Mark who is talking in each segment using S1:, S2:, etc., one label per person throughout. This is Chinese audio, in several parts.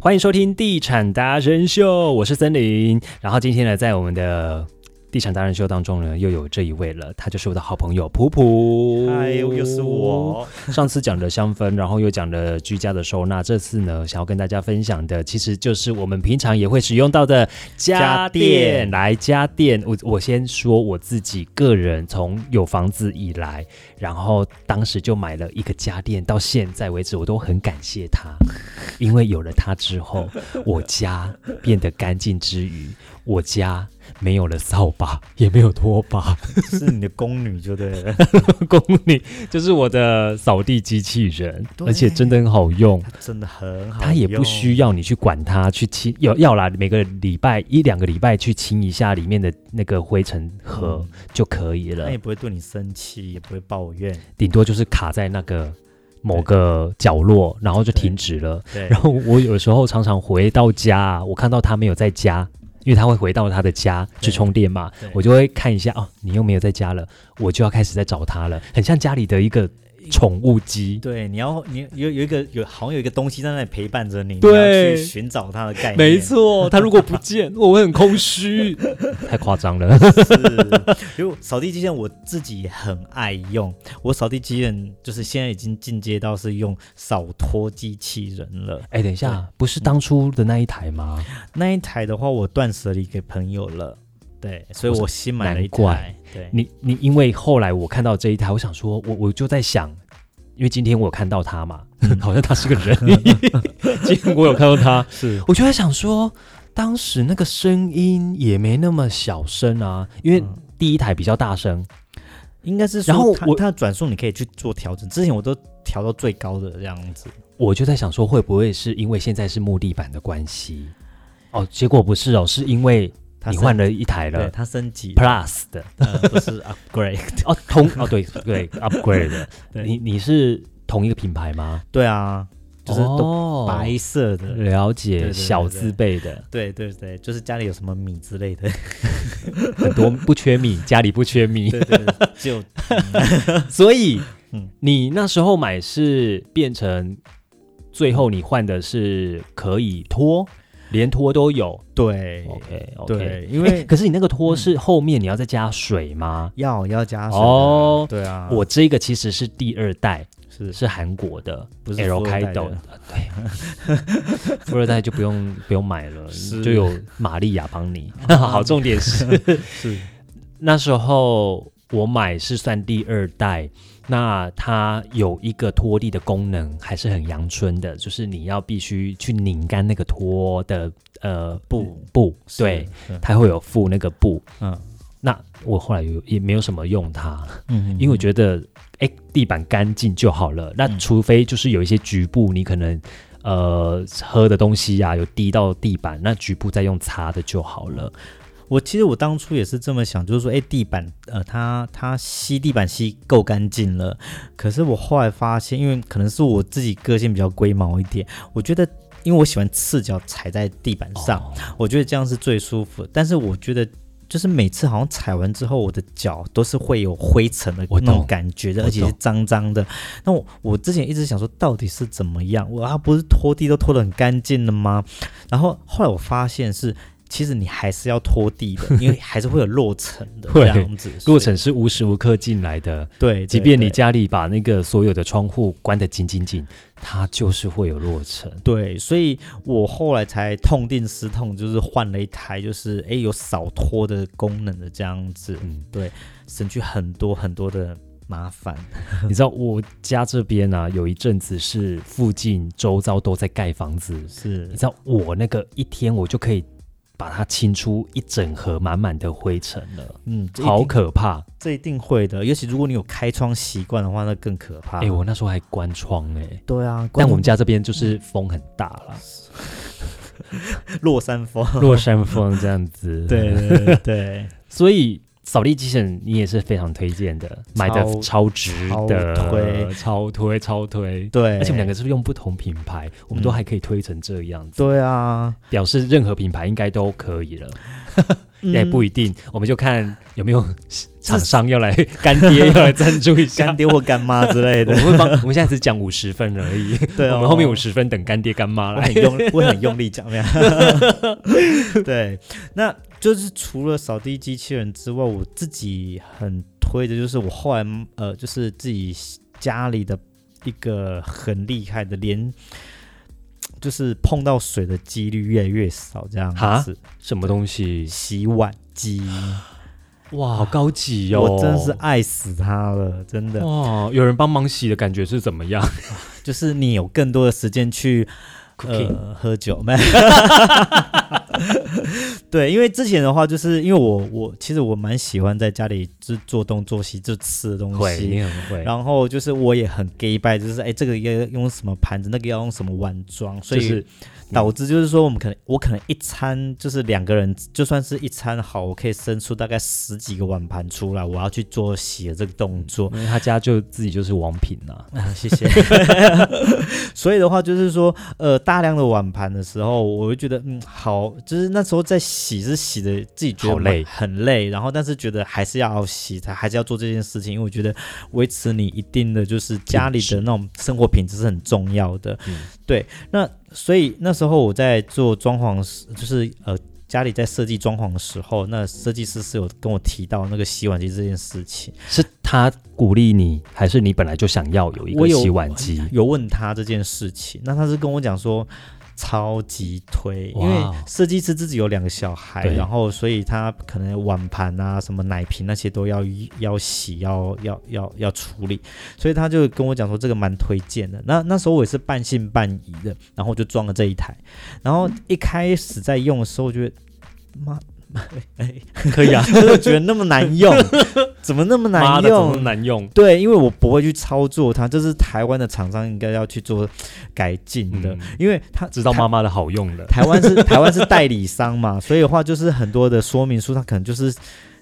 S1: 欢迎收听《地产达人秀》，我是森林。然后今天呢，在我们的地产达人秀当中呢，又有这一位了，他就是我的好朋友普普。
S2: 嗨，哎又是。我。
S1: 上次讲的香氛，然后又讲的居家的收纳，这次呢，想要跟大家分享的，其实就是我们平常也会使用到的家
S2: 家
S1: 电。
S2: 电
S1: 来家电，我我先说我自己个人，从有房子以来，然后当时就买了一个家电，到现在为止，我都很感谢它， 因为有了它之 后，我家变得干净之余，我家没有了扫把，也没有拖把。
S2: 是你的宫女就对了，
S1: 公里，就是我的扫地机器人，
S2: 对
S1: 而且真的很好用。
S2: 真的很好用。
S1: 它也不需要你去管它，去清要要啦，每个礼拜一两个礼拜去清一下里面的那个灰尘盒
S2: 嗯
S1: 就可以了
S2: 他也，不会对你生气，也不会抱 怨。
S1: 顶多就是卡在那个某个角落，然后就停止了。
S2: 对，
S1: 然后我有时候常常回到家，我看到他没有在家，因为他会回到他的家去
S2: 对
S1: 充电嘛
S2: 对，
S1: 我就会看一下哦，你又没有在家了，我就要开始在找他了，很像家里的一个
S2: 哎
S1: 宠物鸡。
S2: 对，你要你有有一个有好像有一个东西在那里陪伴着你，
S1: 对
S2: 你要去寻找它的概念。
S1: 没，错，他如果不见，我会很空虚， 太夸张了。
S2: 是。因为扫地机器人我自己也很爱用，我扫地机器人就是现在已经进阶到是用扫拖机器人了。
S1: 哎，等一下，不是当初的那一台吗？
S2: 那一台的话，我断舍离给朋友了。对，所以我新买了一
S1: 难怪
S2: 台。对，
S1: 你你因为后来我看到这一台，我想说，我我就在想，因为今天我有看到他嘛，好像他是个 人，今天我有看到他，
S2: 是
S1: 我就在想说，当时那个声音也没那么小声啊，因为
S2: 嗯
S1: 第一台比较大声，
S2: 应该是说它，
S1: 然后我
S2: 它的转速你可以去做调整，之前我都调到最高的这样子。
S1: 我就在想说，会不会是因为现在是木地板的关系？哦，结果不是哦，是因为
S2: 它
S1: 你
S2: 升
S1: 换了一台
S2: 对
S1: 了
S2: 它升级了，
S1: Plus 的
S2: 呃不是 upgrade。
S1: 哦，同哦对对 upgrade 的，
S2: 对
S1: 你你是同一个品牌吗？
S2: 对啊，就是都
S1: 都
S2: 白色的。
S1: 哦了
S2: 对对
S1: 解
S2: 对
S1: 小字辈的，
S2: 对对对，就是家里有什么米之类的，
S1: 很多不缺米， 家里不缺米，
S2: 对对对，就
S1: 所以，
S2: 嗯
S1: 你那时候买是变成最后你换的是可以拖，连拖都有。
S2: 对
S1: OK OK，
S2: 对，因为
S1: 可是你那个拖是后面你要再加水吗？
S2: 要要加水的
S1: 哦
S2: 对啊，
S1: 我这个其实是第二代，
S2: 是
S1: 是韩国的，
S2: 不是
S1: L
S2: 富二
S1: 开
S2: 代
S1: 头
S2: 的，
S1: 对， 富二代就不用不用买了，
S2: 是
S1: 就有玛丽亚邦 尼。好，重点是
S2: 是
S1: 那时候我买是算第二代，那它有一个拖地的功能，还是很阳春的，就是你要必须去拧干那个拖的呃
S2: 布
S1: 布，对，，
S2: 嗯是
S1: 它会有附那个布。
S2: 嗯
S1: 那我后来有也没有什么用它，
S2: 嗯
S1: 因为我觉得哎、地板干净就好了。那
S2: 嗯
S1: 除非就是有一些局部你可能。呃，喝的东西啊呀、有滴到地板，那局部再用擦的就好了。
S2: 我其实我当初也是这么想，就是说，哎，地板，呃，它它吸地板吸够干净了，可是我后来发现，因为可能是我自己个性比较龟毛一点，我觉得，因为我喜欢赤脚踩在地板上，
S1: 哦
S2: 我觉得这样是最舒服的。但是我觉得，就是每次好像踩完之后，我的脚都是会有灰尘的
S1: 我
S2: 那种
S1: 懂
S2: 感觉的，
S1: 我
S2: 而且是
S1: 懂
S2: 脏脏的。那我我之前一直想说，到底是怎么样？我啊，不是拖地都拖得很干净了吗？然后后来我发现是。其实你还是要拖地的，因为还是会有落尘的
S1: 会
S2: 这样子。
S1: 落尘是无时无刻进来的，
S2: 所以对，
S1: 即便
S2: 对
S1: 你家里把那个所有的窗户关得紧紧紧，它就是会有落尘。
S2: 对，所以我后来才痛定思痛，就是换了一台，就是哎有扫拖的功能的这样子。
S1: 嗯，
S2: 省去很多很多的麻烦。
S1: 你知道我家这边啊，有一阵子是附近周遭都在盖房子，
S2: 是
S1: 你知道我那个一天我就可以把它清出一整盒满满的灰尘了，
S2: 嗯，这一定
S1: 好，可怕！
S2: 这一定会的。尤其如果你有开窗习惯的话，那更可怕。
S1: 哎、我那时候还关窗哎、
S2: 对啊，
S1: 但
S2: 关
S1: 我们家这边就是风很大 啦，
S2: 落山风，
S1: 落山风这样子。
S2: 对，对对对，
S1: 所以扫地机器人你也是非常推荐的，买的超值的，
S2: 超推
S1: 超推超推。
S2: 对
S1: 而且我们两个是不是用不同品牌，我们都
S2: 嗯
S1: 还可以推成这样子，
S2: 对啊，
S1: 表示任何品牌应该都可以了。
S2: 嗯
S1: 也不一定，我们就看有没有厂商要来干 爹要来赞助一下
S2: 干。爹或干妈之类
S1: 我
S2: 的。
S1: 们会帮， 我们现在只讲五十分而已，
S2: 对、哦，
S1: 我们后面五十分等干爹干妈
S2: 我
S1: 来
S2: 很。 用，我很用力讲，没有 对，那就是除了扫地机器人之外，我自己很推的就是我后来呃，就是自己家里的一个很厉害的，连就是碰到水的几率越来越少，这样
S1: 哈
S2: 子
S1: 什么东西？
S2: 洗碗机，
S1: 哇，好高级哟、哦
S2: 我真是爱死它了，真的。
S1: 哇，有人帮忙洗的感觉是怎么样
S2: 就是你有更多的时间去
S1: ？Cooking，、
S2: 呃、喝酒 没？对，因为之前的话，就是因为我我其实我蛮喜欢在家里就是做东做西，就吃的东
S1: 会，
S2: 西。
S1: 你很会，
S2: 然后就是我也很 gay 拜，就是哎，这个要用什么盘子，那个要用什么碗装，所
S1: 就
S2: 以
S1: 是
S2: 导致就是说我们可能我可能一餐就是两个人，就算是一餐好，我可以生出大概十几个碗盘出来，我要去做洗的这个动作。
S1: 因为他家就自己就是王品呐、
S2: 啊， 谢谢。所以的话，就是说，呃，大量的碗盘的时候，我会觉得，嗯，好，就是那时候在洗是洗的自己觉得
S1: 好累
S2: 蛮很累，然后但是觉得还是要洗，它还是要做这件事情，因为我觉得维持你一定的就是家里的那种生活品质是很重要的。
S1: 嗯
S2: 对，那所以那时候我在做装潢时，就是呃。家里在设计装潢的时候，那设计师是有跟我提到那个洗碗机这件事情。
S1: 是他鼓励你，还是你本来就想要有一个
S2: 我有
S1: 洗碗机？
S2: 有问他这件事情，那他是跟我讲说超级推，
S1: 哇
S2: 因为设计师自己有两个小孩，
S1: 对
S2: 然后所以他可能碗盘啊、什么奶瓶那些都要要洗、要要要要处理，所以他就跟我讲说这个蛮推荐的。那那时候我也是半信半疑的，然后我就装了这一台，然后一开始在用的时候，我觉得妈。哎
S1: 可 以啊，
S2: 就觉得那么难 用，怎么那么
S1: 妈
S2: 难
S1: 的，怎么
S2: 用？
S1: 难用？
S2: 对，因为我不会去操作它，这是台湾的厂商应该要去做改进的，
S1: 嗯
S2: 因为它
S1: 知道
S2: 台
S1: 妈妈的好用了，
S2: 台湾是 台湾是代理商嘛，所以的话就是很多的说明书，它可能就是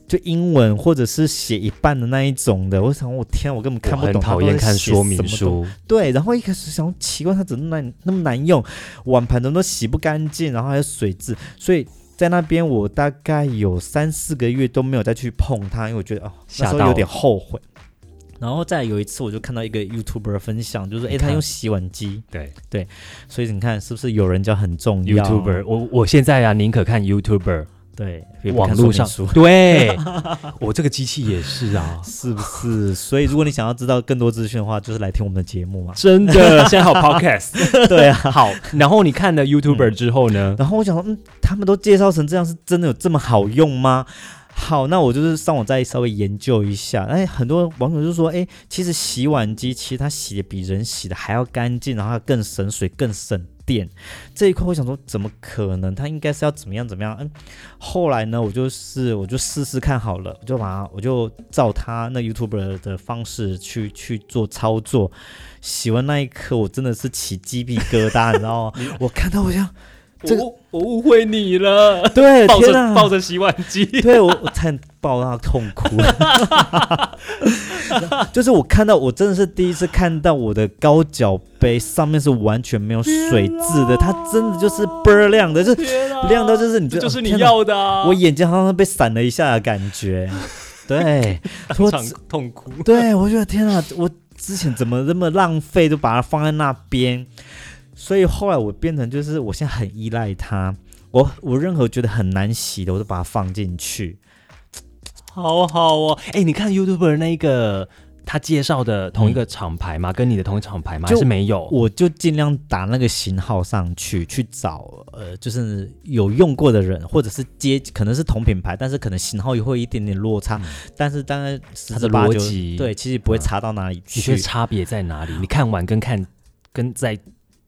S2: 就英文或者是写一半的那一种的。我想，我天啊，我根本看
S1: 我
S2: 不
S1: 很
S2: 懂。
S1: 讨厌看说明。书，
S2: 对，然后一开始想说奇怪，它怎么难那么难用，碗盘怎么都洗不干净，然后还有水渍，所以。在那边，我大概有三四个月都没有再去碰它，因为我觉得哦，那
S1: 吓
S2: 时
S1: 到
S2: 候有点后悔。然后再有一次，我就看到一个 YouTuber 分享，就是诶，
S1: 你
S2: 他
S1: 看
S2: 用洗碗机，
S1: 对
S2: 所以你看是不是有人教很重要
S1: YouTuber，我我现在啊，宁可看 YouTuber，
S2: 对，也不
S1: 网
S2: 看说
S1: 络
S2: 明
S1: 上
S2: 书
S1: 对，我这个机器也是啊，。
S2: 是不是？所以如果你想要知道更多资讯的话，就是来听我们的节目嘛
S1: 真 的，现在好 Podcast，
S2: 对啊。
S1: 好。然后你看了 YouTuber 之后呢，
S2: 然后我想说，嗯，他们都介绍成这样，是真的有这么好用吗？好，那我就是上网再稍微研究一下。哎，很多网友就说，哎，其实洗碗机其实它洗的比人洗的还要干净，然后它更省水、更省电。这一块我想说，怎么可能？它应该是要怎么样怎么样？嗯，后来呢，我就是我就试试看好了，我就把它我就照他那 YouTuber 的方式去去做操作。洗完那一刻，我真的是起鸡皮疙瘩，你知道吗？我看到我想。这个
S1: 我我误会你了，
S2: 对，
S1: 抱着
S2: 天哪
S1: 抱着洗碗机，
S2: 对我我差点抱到他痛哭， 就是我看到我真的是第一次看到我的高脚杯上面是完全没有水渍的，它真的就是倍儿亮的，就 是
S1: 天啊
S2: 亮到就是你就
S1: 这就是你
S2: 天哪
S1: 要的啊，
S2: 我眼睛好像被闪了一下的感 觉，对，我
S1: 当场痛哭。
S2: 对，我觉得天啊，我之前怎么这么浪费，就把它放在那边，所以后来我变成就是我现在很依赖它，我我任何觉得很难洗的，我都把它放进去。
S1: 好好哦，哎、你看 YouTuber 那一个他介绍的同一个厂牌吗？跟你的同一厂牌吗？
S2: 就
S1: 还是没有？
S2: 我就尽量打那个型号上去，去找呃，就是有用过的人，或者是接可能是同品牌，但是可能型号也会有一点点落差，
S1: 嗯
S2: 但是当然十
S1: 它
S2: 之
S1: 的
S2: 八
S1: 逻
S2: 九
S1: 辑嗯
S2: 对，其实不会差到哪里
S1: 你觉
S2: 去
S1: 得。差别在哪里？你看完跟看跟在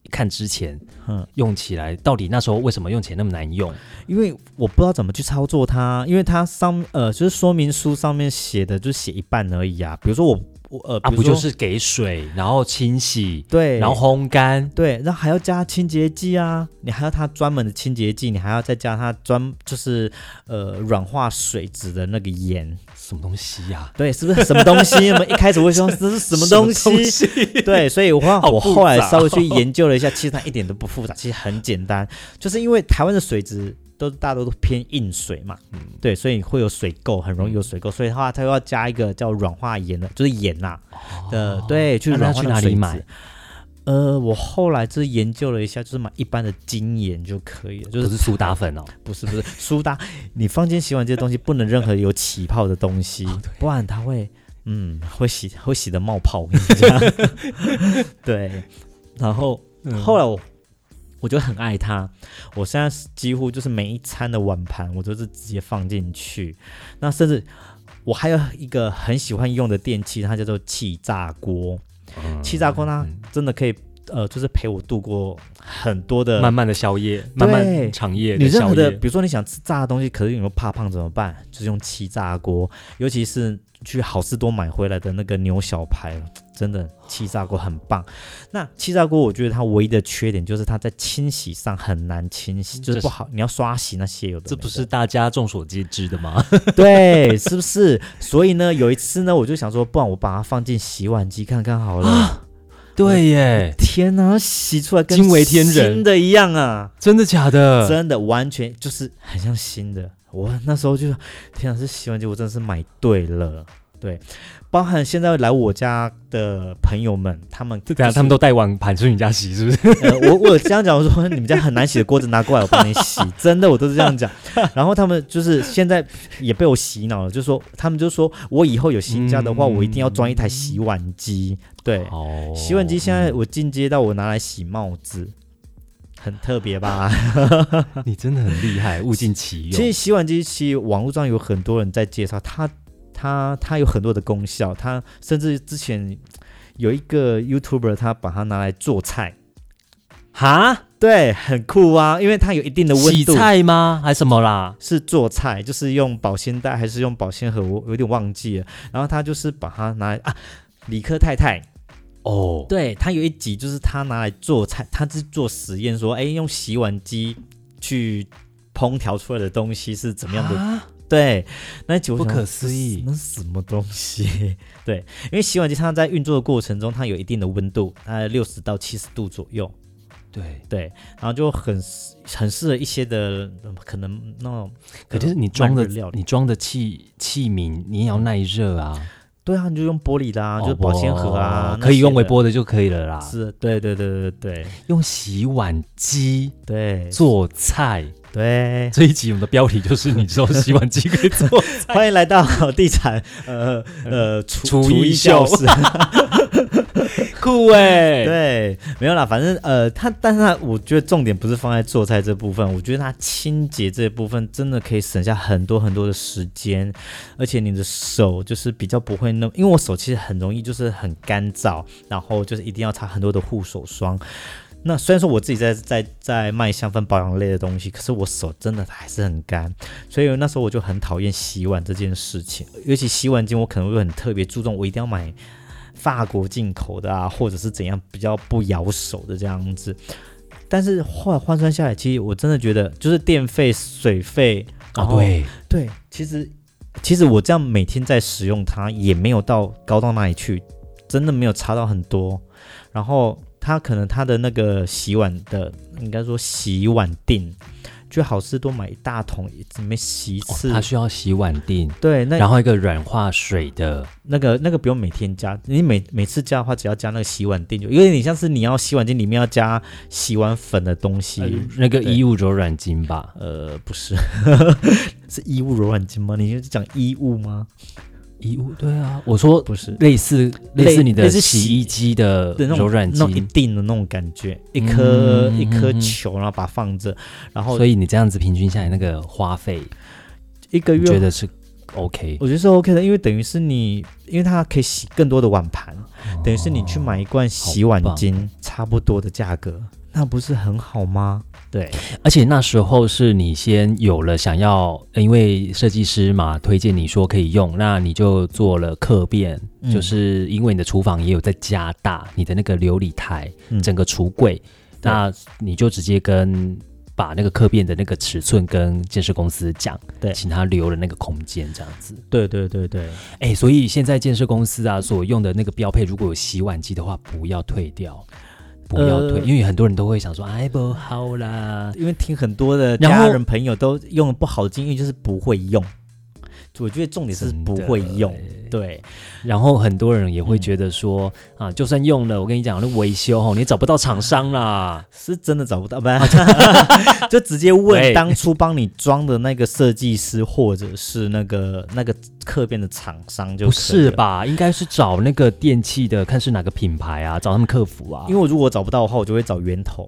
S1: 看之前
S2: 嗯，
S1: 用起来，到底那时候为什么用起来那么难用？
S2: 因为我不知道怎么去操作它，因为它上呃就是说明书上面写的就写一半而已啊。比如说我我呃
S1: 啊，
S2: 比如
S1: 不
S2: 说
S1: 就是给水，然后清洗，
S2: 对，
S1: 然后烘干，
S2: 对，然后还要加清洁剂啊，你还要它专门的清洁剂，你还要再加它专就是呃软化水质的那个盐。
S1: 什么东西啊呀、
S2: 对，是不是什么东西？我们一开始会说这是什么 东西？ 对，所以我
S1: 好
S2: 我
S1: 复
S2: 后来
S1: 杂
S2: 稍微去研究了一下，其实它一点都不复杂，其实很简单，就是因为台湾的水质都大多都偏硬水嘛，对，所以会有水垢，很
S1: 嗯
S2: 容易有水垢，所以的话它又要加一个叫软化盐的，就是盐呐、的，对，去
S1: 哦那要
S2: 软化
S1: 去
S2: 那
S1: 哪
S2: 个
S1: 里
S2: 水
S1: 买
S2: 质？呃，我后来就是研究了一下，就是买一般的精盐就可以了，就
S1: 不是
S2: 是
S1: 苏打粉哦，
S2: 不是不是苏打，你房间洗碗这些东西不能任何有起泡的东 西，
S1: 哦
S2: 不然它会嗯会洗会洗的冒泡，我跟你讲。 对，然后
S1: 嗯
S2: 后来我我就很爱它，我现在是几乎就是每一餐的碗盘我都是直接放进去，那甚至我还有一个很喜欢用的电器，它叫做气炸锅。
S1: 嗯
S2: 气炸锅呢
S1: 嗯，
S2: 真的可以呃，就是陪我度过很多的
S3: 慢慢的宵夜，慢慢
S2: 对
S3: 长夜
S2: 你
S3: 的
S2: 任
S3: 宵
S2: 何的，
S3: 夜，
S2: 比如说你想吃炸的东西，可是你又怕胖怎么办？就是用气炸锅，尤其是去好事多买回来的那个牛小排，真的气炸锅很棒。那气炸锅我觉得它唯一的缺点就是它在清洗上很难清洗，
S3: 这
S2: 就嗯是
S3: 是
S2: 不好，你要刷洗那些有的没的。
S3: 这不是 大家众所皆知的吗？
S2: 对，是不是？所以呢，有一次呢，我就想说，不然我把它放进洗碗机看看好了。
S1: 对耶，
S2: 啊天哪，洗出来跟
S3: 惊为天人
S2: 新的一样啊！
S1: 真的假的？
S2: 真的完全就是很像新的。我那时候就天啊，这洗碗机我真的是买对了。对，包含现在来我家的朋友们，他们
S1: 这啊等下他们都带碗盘去你家洗，是不是？
S2: 呃，我我有这样讲，我说 你们家很难洗的锅子拿过来，我帮你洗。真的，我都是这 样讲。然后他们就是现在也被我洗脑了，就说他们就说我以后有新家的话，我一定要装一台洗碗机。对，
S1: 哦
S2: 洗碗机现在我进阶到我拿来洗帽子，很特别吧？
S1: 你真的很厉害，物尽其
S2: 其实
S1: 用。
S2: 洗碗机其实网络上有很多人在介绍它，它它有很多的功效，它甚至之前有一个 YouTuber 他把它拿来做菜，
S1: 哈，
S2: 对，很酷啊，因为它有一定的温
S1: 洗
S2: 度。
S1: 菜吗？还是什么啦？
S2: 是做菜，就是用保鲜袋还是用保鲜盒，我有点忘记了。然后他就是把它拿来啊，理科太太，
S1: 哦，
S2: 对他有一集就是他拿来做菜，他是做实验说，哎，用洗碗机去烹调出来的东西是怎么样的
S1: 啊
S2: 对，那酒
S1: 不可思议
S2: 那是什么东西？ 对，因为洗碗机它在运作的过程中，它有一定的温度，大概六十到七十度左右。
S1: 对，
S2: 对，然后就很很适合一些的，嗯可能那种，
S1: 可是你装的
S2: 慢热料理
S1: 你装的器器皿，你也要耐热啊，
S2: 对啊，你就用玻璃的啊，就是
S1: 哦
S2: 保鲜盒啊，
S1: 可以用微
S2: 波。
S1: 波的就可以了啦。
S2: 是，对对对对对
S1: 用洗碗机
S2: 对
S1: 做菜，
S2: 对，
S1: 这一集我们的标题就是你知道洗碗机可以做
S2: 欢迎来到地产呃呃厨
S1: 厨艺
S2: 艺
S1: 秀
S2: 教室，
S1: 酷哎、
S2: 欸对，没有啦，反正呃，它，但是它，我觉得重点不是放在做菜这部分，我觉得它清洁这部分真的可以省下很多很多的时间，而且你的手就是比较不会那么，因为我手其实很容易就是很干燥，然后就是一定要擦很多的护手霜。那虽然说我自己在在在卖香氛保养类的东西，可是我手真的还是很干，所以那时候我就很讨厌洗碗这件事情，尤其洗碗巾我可能会很特别注重，我一定要买法国进口的啊，或者是怎样比较不咬手的这样子。但是后来换算下来，其实我真的觉得，就是电费、水费，然
S1: 哦，
S2: 后
S1: 对，
S2: 对，其实其实我这样每天在使用它，也没有到高到哪里去，真的没有差到很多。然后它可能它的那个洗碗的，应该说洗碗锭，就好事多买一大桶，里面洗一
S1: 哦
S2: 次。
S1: 它需要洗碗锭，
S2: 对，那
S1: 然后一个软化水的，
S2: 那个那个不用每天加，你每每次加的话，只要加那个洗碗锭就有点像是你要洗碗巾里面要加洗碗粉的东西。
S1: 那个
S2: 哎对
S1: 衣物柔软巾吧。
S2: 呃，不是， 是衣物柔软巾吗？你就讲衣物吗？
S1: 衣物对啊，我说
S2: 不是，
S1: 类似
S2: 类
S1: 类似你的
S2: 类似洗
S1: 洗衣机的
S2: 对，那种
S1: 柔软
S2: 那种一
S1: 巾，
S2: 定的那种感觉，一颗、
S1: 嗯
S2: 一颗
S1: 嗯嗯
S2: 球，然后把它放着，然后
S1: 所以你这样子平均下来那个花费，
S2: 一个
S1: 你觉
S2: 月，
S1: 得是 OK？
S2: 我觉得是 OK 的，因为等于是你，因为它可以洗更多的碗盘，
S1: 哦
S2: 等于是你去买一罐洗碗巾差不多的价格，那不是很好吗？对，
S1: 而且那时候是你先有了想要，呃因为设计师嘛推荐你说可以用，那你就做了客变，
S2: 嗯
S1: 就是因为你的厨房也有在加大你的那个琉璃台，
S2: 嗯
S1: 整个橱柜，
S2: 对
S1: 那你就直接跟把那个客变的那个尺寸跟建设公司讲，
S2: 对
S1: 请他留了那个空间这样子。
S2: 对对对对，
S1: 哎、所以现在建设公司啊所用的那个标配，如果有洗碗机的话，不要退掉。不要退，
S2: 呃
S1: 因为很多人都会想说哎不好啦，
S2: 因为听很多的
S1: 然
S2: 家
S1: 后
S2: 人朋友都用不好的经验，就是不会用。我觉得重点是
S1: 真的
S2: 不会用
S1: 欸，
S2: 对，
S1: 然后很多人也会觉得说、啊，就算用了，我跟你讲，那维修吼，你也找不到厂商啦。
S2: 是真的找不到，不然 就直接问
S1: 啊喂
S2: 当初帮你装的那个设计师，或者是那个那个客变的厂商就
S1: 不
S2: 可以
S1: 是
S2: 了？
S1: 吧？应该是找那个电器的，看是哪个品牌啊，找他们客服啊。
S2: 因为我如果找不到的话，我就会找源头。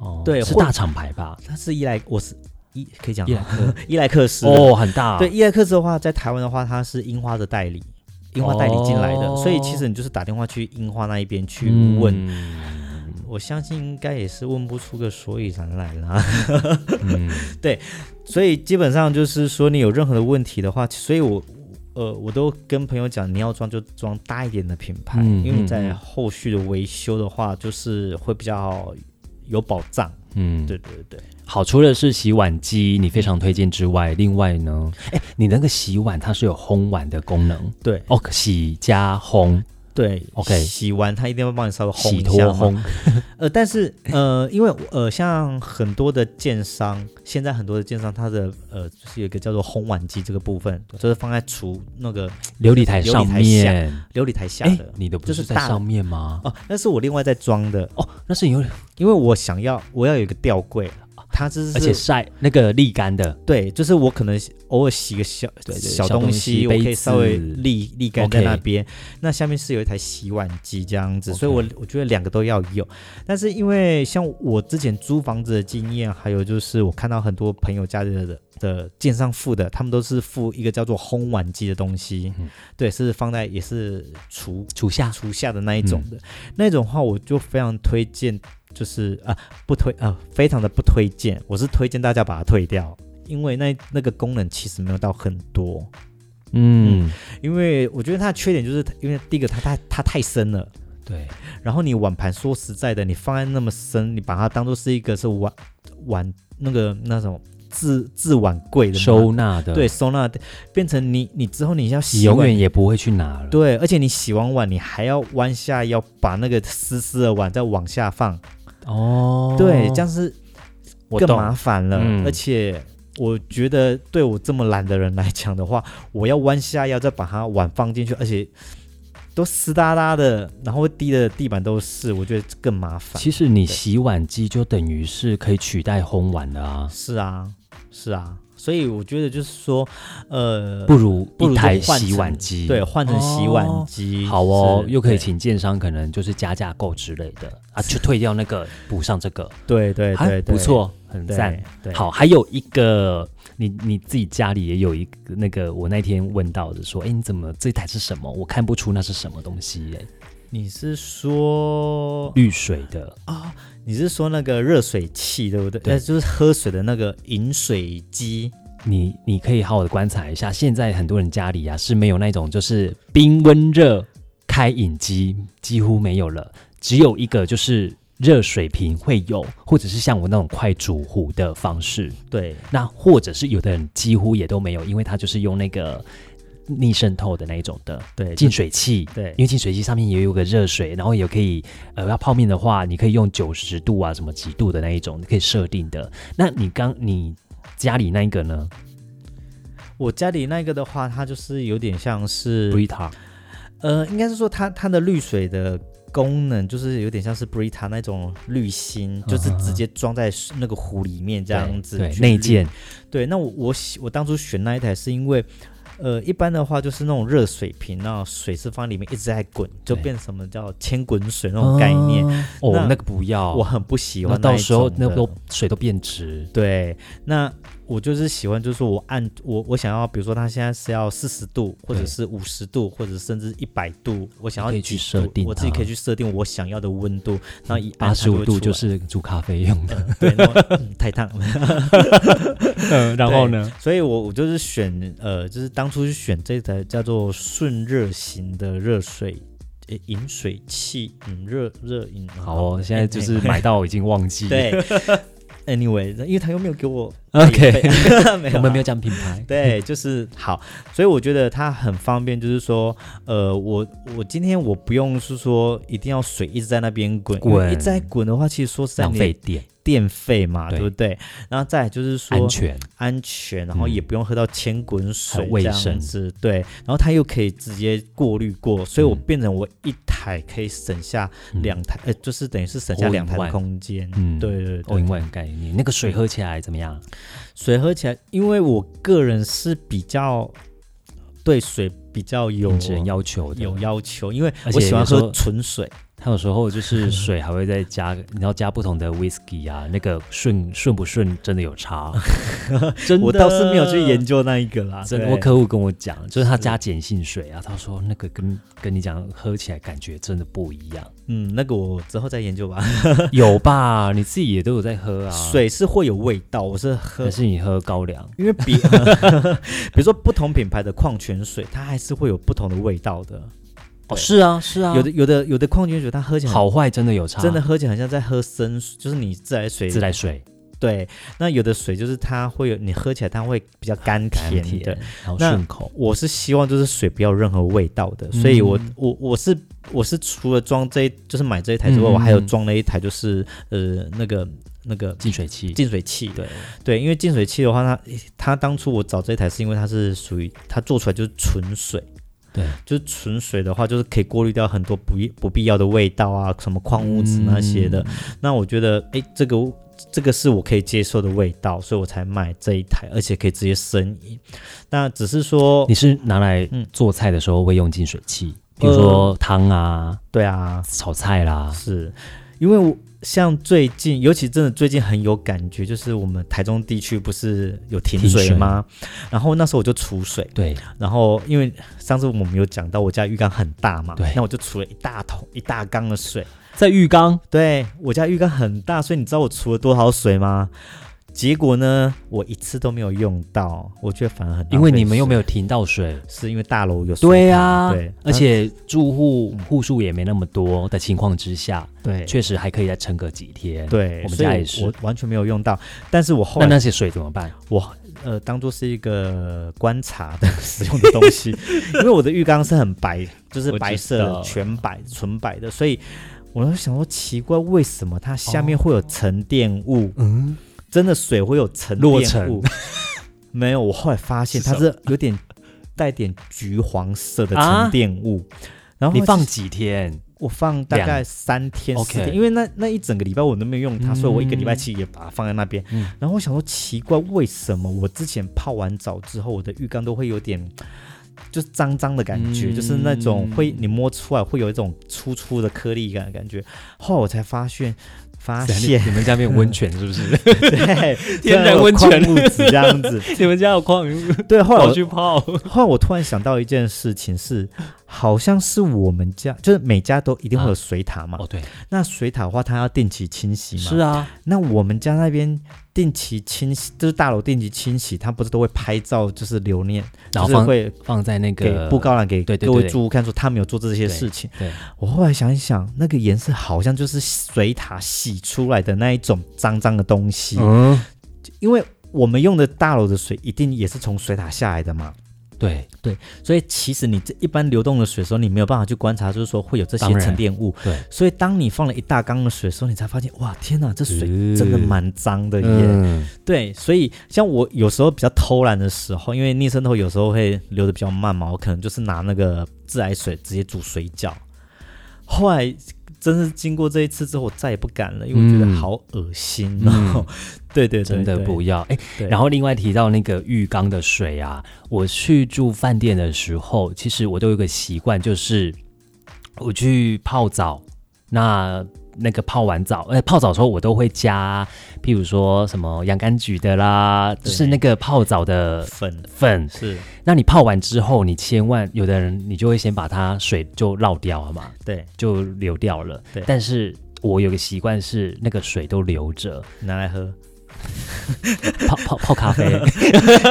S1: 哦，
S2: 对
S1: 是
S2: 或
S1: 大厂牌吧？
S2: 他是伊莱，我是伊可以讲
S1: 伊
S2: 吗 伊莱克斯
S1: 哦，很大。
S2: 对，伊莱克斯的话，在台湾的话，它是樱花的代理，樱花代理进来的，
S1: 哦
S2: 所以其实你就是打电话去樱花那一边去
S1: 嗯，
S2: 问，我相信应该也是问不出个所以然来啦。
S1: 嗯，
S2: 所以基本上就是说，你有任何的问题的话，所以我。呃，我都跟朋友讲，你要装就装大一点的品牌，
S1: 嗯
S2: 因为你
S1: 嗯
S2: 在
S1: 嗯
S2: 后续的维修的话，就是会比较有保障。
S1: 嗯，
S2: 对对对，
S1: 好，除了是洗碗机你非常推荐之外，另外呢，哎，你那个洗碗它是有烘碗的功能
S2: 对
S1: 哦，洗加烘，
S2: 对
S1: OK
S2: 洗完它一定会帮你稍微烘
S1: 洗
S2: 一
S1: 脱
S2: 下嘛。
S1: 烘，
S2: 呃，但是呃， 因为呃，像很多的建商，现在很多的建商，它的呃，就是有一个叫做烘碗机这个部分，就是放在厨那个
S1: 琉璃台
S2: 琉璃
S1: 上
S2: 台
S1: 面，
S2: 琉璃台下
S1: 哎
S2: 的。，
S1: 你的不
S2: 就是
S1: 是在
S2: 大
S1: 上面吗？
S2: 哦，那是我另外在装的，
S1: 哦，那是有，
S2: 因为我想要我要有一个吊柜，它就是
S1: 而且晒那个沥干的，
S2: 对，就是我可能偶尔洗个小
S1: 对对
S2: 小
S1: 小东
S2: 西，
S1: 西
S2: 我可
S1: 杯
S2: 以
S1: 子
S2: 稍微沥沥干在
S1: OK
S2: 那边。那下面是有一台洗碗机这样子
S1: OK
S2: 所以我我觉得两个都要有。但是因为像我之前租房子的经验，还有就是我看到很多朋友家里的的建商付的，他们都是付一个叫做烘碗机的东西，
S1: 嗯
S2: 对，是放在也是厨
S1: 除下
S2: 厨下的那一
S1: 嗯
S2: 种的，那种话我就非常推荐，就是啊不推啊，非常的不推荐，我是推荐大家把它退掉，因为那那个功能其实没有到很多，
S1: 嗯，
S2: 因为我觉得它的缺点就是因为第一个它它它太深了，
S1: 对，
S2: 然后你碗盘说实在的，你放在那么深，你把它当做是一个是碗碗那个那种置置碗柜的
S1: 收纳的，
S2: 对，收纳的，变成你你之后你要
S1: 你
S2: 洗
S1: 永
S2: 碗
S1: 远也不会去拿了。
S2: 对，而且你洗完碗，你还要弯下腰把那个湿湿的碗再往下放，
S1: 哦，
S2: 对，这样是
S1: 我
S2: 更
S1: 懂
S2: 麻烦了。
S1: 嗯
S2: 而且我觉得对我这么懒的人来讲的话，我要弯下腰再把它碗放进去，而且都湿哒哒的，然后滴的地板都是，我觉得更麻烦。
S1: 其实你
S2: 对
S1: 洗碗机就等于是可以取代烘碗的啊，
S2: 是啊，是啊，所以我觉得就是说，呃，
S1: 不如
S2: 不如
S1: 一
S2: 就
S1: 台
S2: 换
S1: 洗
S2: 成
S1: 碗机。
S2: 对，换成洗碗
S1: 哦
S2: 机、
S1: 好哦，
S2: 是
S1: 又可以
S2: 对
S1: 请建商可能就是加价购之类的啊，就退掉那个，补上这个，
S2: 对对
S1: 啊
S2: 对，对
S1: 不，错，很
S2: 对
S1: 赞。，
S2: 对
S1: 好，还有一个，你你自己家里也有一个那个，我那天问到的，说，哎，你怎么这台是什么？我看不出那是什么东西耶，
S2: 你是说
S1: 滤水的，
S2: 你是说那个热水器对不对？
S1: 对
S2: 那就是喝水的那个饮水机。
S1: 你你可以好好的观察一下，现在很多人家里啊是没有那种就是冰温热开饮机，几乎没有了，只有一个就是热水瓶会有，或者是像我那种快煮壶的方式，
S2: 对，
S1: 那或者是有的人几乎也都没有，因为他就是用那个逆渗透的那一种的
S2: 对
S1: 净水器。
S2: 对
S1: 因为净水器上面也有个热水，然后也可以，呃，要泡面的话，你可以用九十度啊，什么几度的那一种，可以设定的。那你刚你家里那一个呢
S2: 我家里那个的话，它就是有点像是，
S1: ？Brita
S2: 呃，应该是说它它的滤水的功能就是有点像是 Brita 那种滤芯，
S1: 嗯
S2: 就是直接装在那个壶里面这样子
S1: 对
S2: 去
S1: 内
S2: 滤
S1: 建，
S2: 对，那我我喜我当初选那一台是因为，呃，一般的话就是那种热水瓶，那水是放里面一直在滚，就
S1: 对
S2: 变什么叫千滚水那种概念，
S1: 哦，
S2: 那
S1: 那个不要，
S2: 我很不喜
S1: 那
S2: 欢
S1: 到
S2: 一
S1: 时候
S2: 种
S1: 那
S2: 的
S1: 都水都变质，
S2: 对，那我就是喜欢，就是说我按我我想要，比如说它现在是要四十度，或者
S1: 对
S2: 是五十度，或者甚至一百度，我想要
S1: 可以去
S2: 几
S1: 设
S2: 度
S1: 定
S2: 我自己
S1: 它
S2: 可以去设定我想要的温度，然后一按
S1: 八
S2: 它
S1: 十五
S2: 会
S1: 度
S2: 出
S1: 就
S2: 来
S1: 是煮咖啡用的。
S2: 对，那么嗯 太烫了。
S1: 嗯，然
S2: 后
S1: 呢？
S2: 所以我我就是选呃，就是当初是选这台叫做顺热型的热水。呃饮水器，嗯，热热饮。
S1: 哦哎 好哦，现在就是买到已经忘记。
S2: 哎对， anyway，因为他又没有给我
S1: OK，
S2: 没有啊
S1: 我们没有讲品牌，
S2: 对，就是好，所以我觉得它很方便，就是说，呃，我我今天我不用是说一定要水一直在那边滚，因为
S1: 滚
S2: 一直在滚的话，其实说实 在
S1: 浪
S2: 你
S1: 费电、
S2: 电费嘛，
S1: 对
S2: 对不对？然后再来就是说
S1: 安全，
S2: 安全，然后
S1: 嗯
S2: 也不用喝到千滚水
S1: 很卫
S2: 这
S1: 生
S2: 样子，对，然后它又可以直接过滤过，所以我
S1: 嗯
S2: 变成我一台可以省下
S1: 嗯
S2: 两台，呃，就是等于是省下
S1: All in
S2: 两台
S1: one
S2: 的空间，
S1: 嗯
S2: 对对对
S1: 哦，因为很概念，那个水喝起来怎么样？
S2: 水喝起来，因为我个人是比较对水比较有
S1: 品质很要求的，
S2: 有要求，因为
S1: 而且
S2: 我喜欢
S1: 有时候
S2: 喝纯水。
S1: 它有时候 就是水还会再加，你要加不同的 whisky 啊，那个顺顺不顺真的有 差，真的。
S2: 我倒是没有去研，究那一个啦。
S1: 真的。
S2: 对
S1: 我客户跟我讲，就是他加碱性水啊，他说那个跟跟你讲喝起来感觉真的不一样，
S2: 嗯，那个我之后再研究吧。
S1: 有吧？你自己也都有在喝啊，
S2: 水是会有味道，我是喝
S1: 可，是你喝高粱，
S2: 因为 比比如说不同品牌的矿泉水，它还是会有不同的味道的。
S1: 哦，
S2: 对
S1: 是啊，是啊，
S2: 有的有的有的矿泉水，它喝起来很
S1: 好坏真的有差，
S2: 真的喝起来很像在喝生水，就是你自来水
S1: 自来水
S2: 对，那有的水就是它会有，你喝起来它会比较甘
S1: 甘
S2: 甜
S1: 甜
S2: 的。，
S1: 然后
S2: 那
S1: 顺口，
S2: 我是希望就是水不要有任何味道的，所以我
S1: 嗯
S2: 我我是我是除了装这一就是买这一台之外，
S1: 嗯嗯
S2: 我还有
S1: 嗯
S2: 装了一台就是呃那个那个
S1: 净水器，
S2: 净水器。
S1: 对，
S2: 对，因为净水器的话，它它当初我找这一台是因为它是属于它做出来就是纯水。
S1: 对，
S2: 就是纯水的话，就是可以过滤掉很多不必不必要的味道啊，什么矿物质那些
S1: 嗯
S2: 的。那我觉得，哎，这个这个是我可以接受的味道，所以我才买这一台，而且可以直接生饮。那只是说
S1: 你，是拿来
S2: 嗯
S1: 做菜的时候会用净水器，比如说汤啊、
S2: 对啊，
S1: 炒菜啦，
S2: 是因为我像最近，尤其真的最近很有感觉，就是我们台中地区不是有停
S1: 停
S2: 水
S1: 水
S2: 吗？然后那时候我就储水，
S1: 对，
S2: 然后因为上次我们有讲到我家浴缸很大嘛
S1: 对，
S2: 那我就储了一大桶一大缸的水。
S1: 在浴缸
S2: 对我家浴缸很大，所以你知道我储了多少水吗？结果呢，我一次都没有用到，我觉得反而很浪费
S1: 因为你们又没
S2: 水
S1: 有停到水，
S2: 是因为大楼有水
S1: 对
S2: 塔
S1: 啊，
S2: 对，
S1: 而且住户
S2: 嗯
S1: 户数也没那么多的情况之下，
S2: 对
S1: 确实还可以再撑个几天。，
S2: 对，
S1: 我们
S2: 所以
S1: 家也是
S2: 我完全没有用到。但是我后
S1: 那
S2: 来
S1: 那些水怎么办？
S2: 我呃当做是一个观察的使用的东 西，因为我的浴缸是很白，就是
S1: 我
S2: 白
S1: 知
S2: 色
S1: 道
S2: 的全白纯白的，所以我就想说奇怪，为什么它下面会有沉淀物？
S1: 嗯，
S2: 真的水会有沉
S1: 落
S2: 淀物？ 没有，我后来发现它是有点带点橘黄色的
S1: 啊
S2: 沉淀物。然后
S1: 你放
S2: 其实
S1: 几天？
S2: 我放大
S1: 两
S2: 概三天四
S1: OK
S2: 天，因为那那一整个礼拜我都没有用它，
S1: 嗯
S2: 所以我一个礼拜其实也把它放在那边。
S1: 嗯
S2: 然后我想说奇怪，为什么我之前泡完澡之后，我的浴缸都会有点就是脏脏的感觉，
S1: 嗯
S2: 就是那种会你摸出来会有一种粗粗的颗粒感的感觉。后来我才发现。发现
S1: 你们家没有温泉是不是？
S2: 对
S1: 天然温泉
S2: 突有矿物质这样子，
S1: 你们家有矿泉水
S2: 对，后来我
S1: 跑去泡？
S2: 后来我突然想到一件事情是，好像是我们家，就是每家都一定会有水塔嘛。
S1: 哦，对，
S2: 那水塔的话，它要定期清洗 嘛。
S1: 是啊，
S2: 那我们家那边定期清洗，就是大楼定期清洗，它不是都会拍照，就是留念，
S1: 然
S2: 就
S1: 后
S2: 是
S1: 放
S2: 会
S1: 放在那
S2: 给
S1: 个
S2: 布告栏给
S1: 对对
S2: 各位
S1: 对
S2: 住户看，说他们有做这些
S1: 对
S2: 事情。
S1: 对，
S2: 我后来想一想，那个颜色好像就是水塔洗出来的那一种脏脏的东西。
S1: 嗯，
S2: 因为我们用的大楼的水一定也是从水塔下来的嘛，
S1: 对
S2: 所以其实你这一般流动的水的时候，你没有办法去观察，就是说会有这些
S1: 当然
S2: 沉淀物。
S1: 对，
S2: 所以当你放了一大缸的水的时候，你才发现，哇，天哪，这水
S1: 嗯
S2: 真的蛮脏的耶。
S1: 嗯，
S2: 对，所以像我有时候比较偷懒的时候，因为逆渗透有时候会流的比较慢嘛，我可能就是拿那个自来水直接煮水饺。后来真是经过这一次之后，我再也不敢了，因为我觉
S1: 嗯
S2: 得好恶心哦。 对对对
S1: 真的
S2: 对
S1: 不要。哎、
S2: 对
S1: 然后另外提到那个浴缸的水啊，我去住饭店的时候，其实我都有一个习惯，就是我去泡澡，那那个泡完澡，哎、泡澡的时候我都会加，譬如说什么洋甘菊的啦，
S2: 对
S1: 就是那个泡澡的
S2: 粉
S1: 粉。
S2: 是
S1: 那你泡完之后，你千万有的人你就会先把它水就绕掉了嘛，
S2: 对
S1: 就流掉了
S2: 对。
S1: 但是我有个习惯是那个水都留着，
S2: 拿来喝。
S1: 泡泡泡咖啡。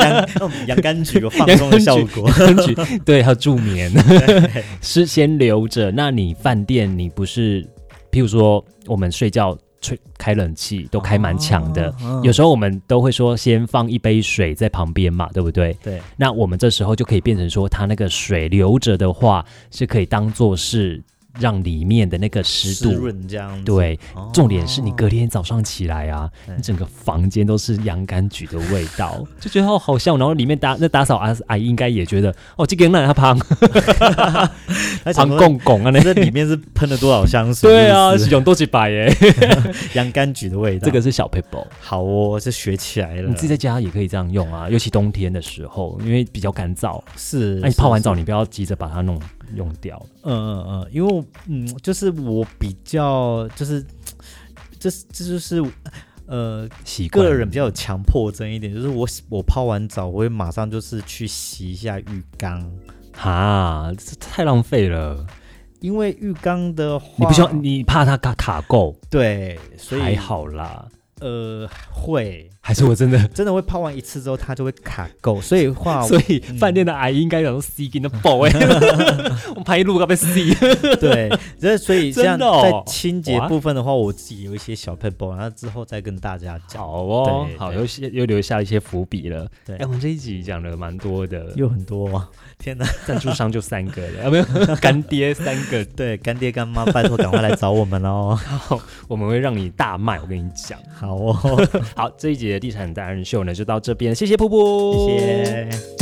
S2: 洋洋甘菊有放松的效 果，
S1: 根据对，还有助眠， 是先留着。那你饭店你不是，譬如说我们睡觉吹开冷气都开蛮强的。
S2: 哦
S1: 有时候我们都会说先放一杯水在旁边嘛，对不对？
S2: 对，
S1: 那我们这时候就可以变成说，它那个水流着的话，是可以当做是让里面的那个湿
S2: 湿
S1: 度。
S2: 润这样子。
S1: 对，
S2: 哦，
S1: 重点是你隔天早上起来啊，
S2: 对
S1: 你整个房间都是洋甘菊的味 道，就觉得哦好香。然后里面打那打扫阿阿姨应该也觉得哦，这个人他 旁
S2: 他
S1: 旁
S2: 想说
S1: 拱拱啊那。
S2: 这里面是喷了多少香 水？
S1: 对啊，
S2: 是不
S1: 是
S2: 是啊
S1: 用多几百耶，
S2: 洋甘菊的味道。
S1: 这个是小 paper。
S2: 好哦，这学起来了。
S1: 你自己在家也可以这样用啊，尤其冬天的时候，因为比较干燥。
S2: 是？
S1: 那、你泡完
S2: 是
S1: 澡，你不要急着把它弄用掉。
S2: 嗯嗯嗯，因为我嗯，就是我比较就是，这是这就是呃，
S1: 习惯
S2: 个人比较有强迫症一点，就是我我泡完澡，我会马上就是去洗一下浴缸，
S1: 哈，这太浪费了。
S2: 因为浴缸的话，
S1: 你不需要，你怕它卡卡垢，
S2: 对，所以
S1: 还好啦。
S2: 呃会。
S1: 还是我真的，
S2: 真的会泡完一次之后，它就会卡垢，所以话
S1: 所以
S2: 嗯
S1: 饭店的阿姨应该想说 C 给你 爆哎，我拍一路要被 C。
S2: 对，所以所以这样
S1: 真的哦
S2: 在清洁
S1: 哇
S2: 部分的话，我自己有一些小 p e p 然后之后再跟大家讲。
S1: 好哦
S2: 对，对
S1: 好，又些又留下一些伏笔了。
S2: 对
S1: 哎，我们这一集讲了蛮多的，
S2: 有很多、哦， 天哪！
S1: 赞助商就三个了，啊，没有 干爹三个，
S2: 对，干爹干妈，拜托赶快来找我们哦。
S1: 我们会让你大卖，我跟你讲。
S2: 好哦，
S1: 好，这一集的地产达人秀呢就到这边，谢谢瀑布，
S2: 谢谢。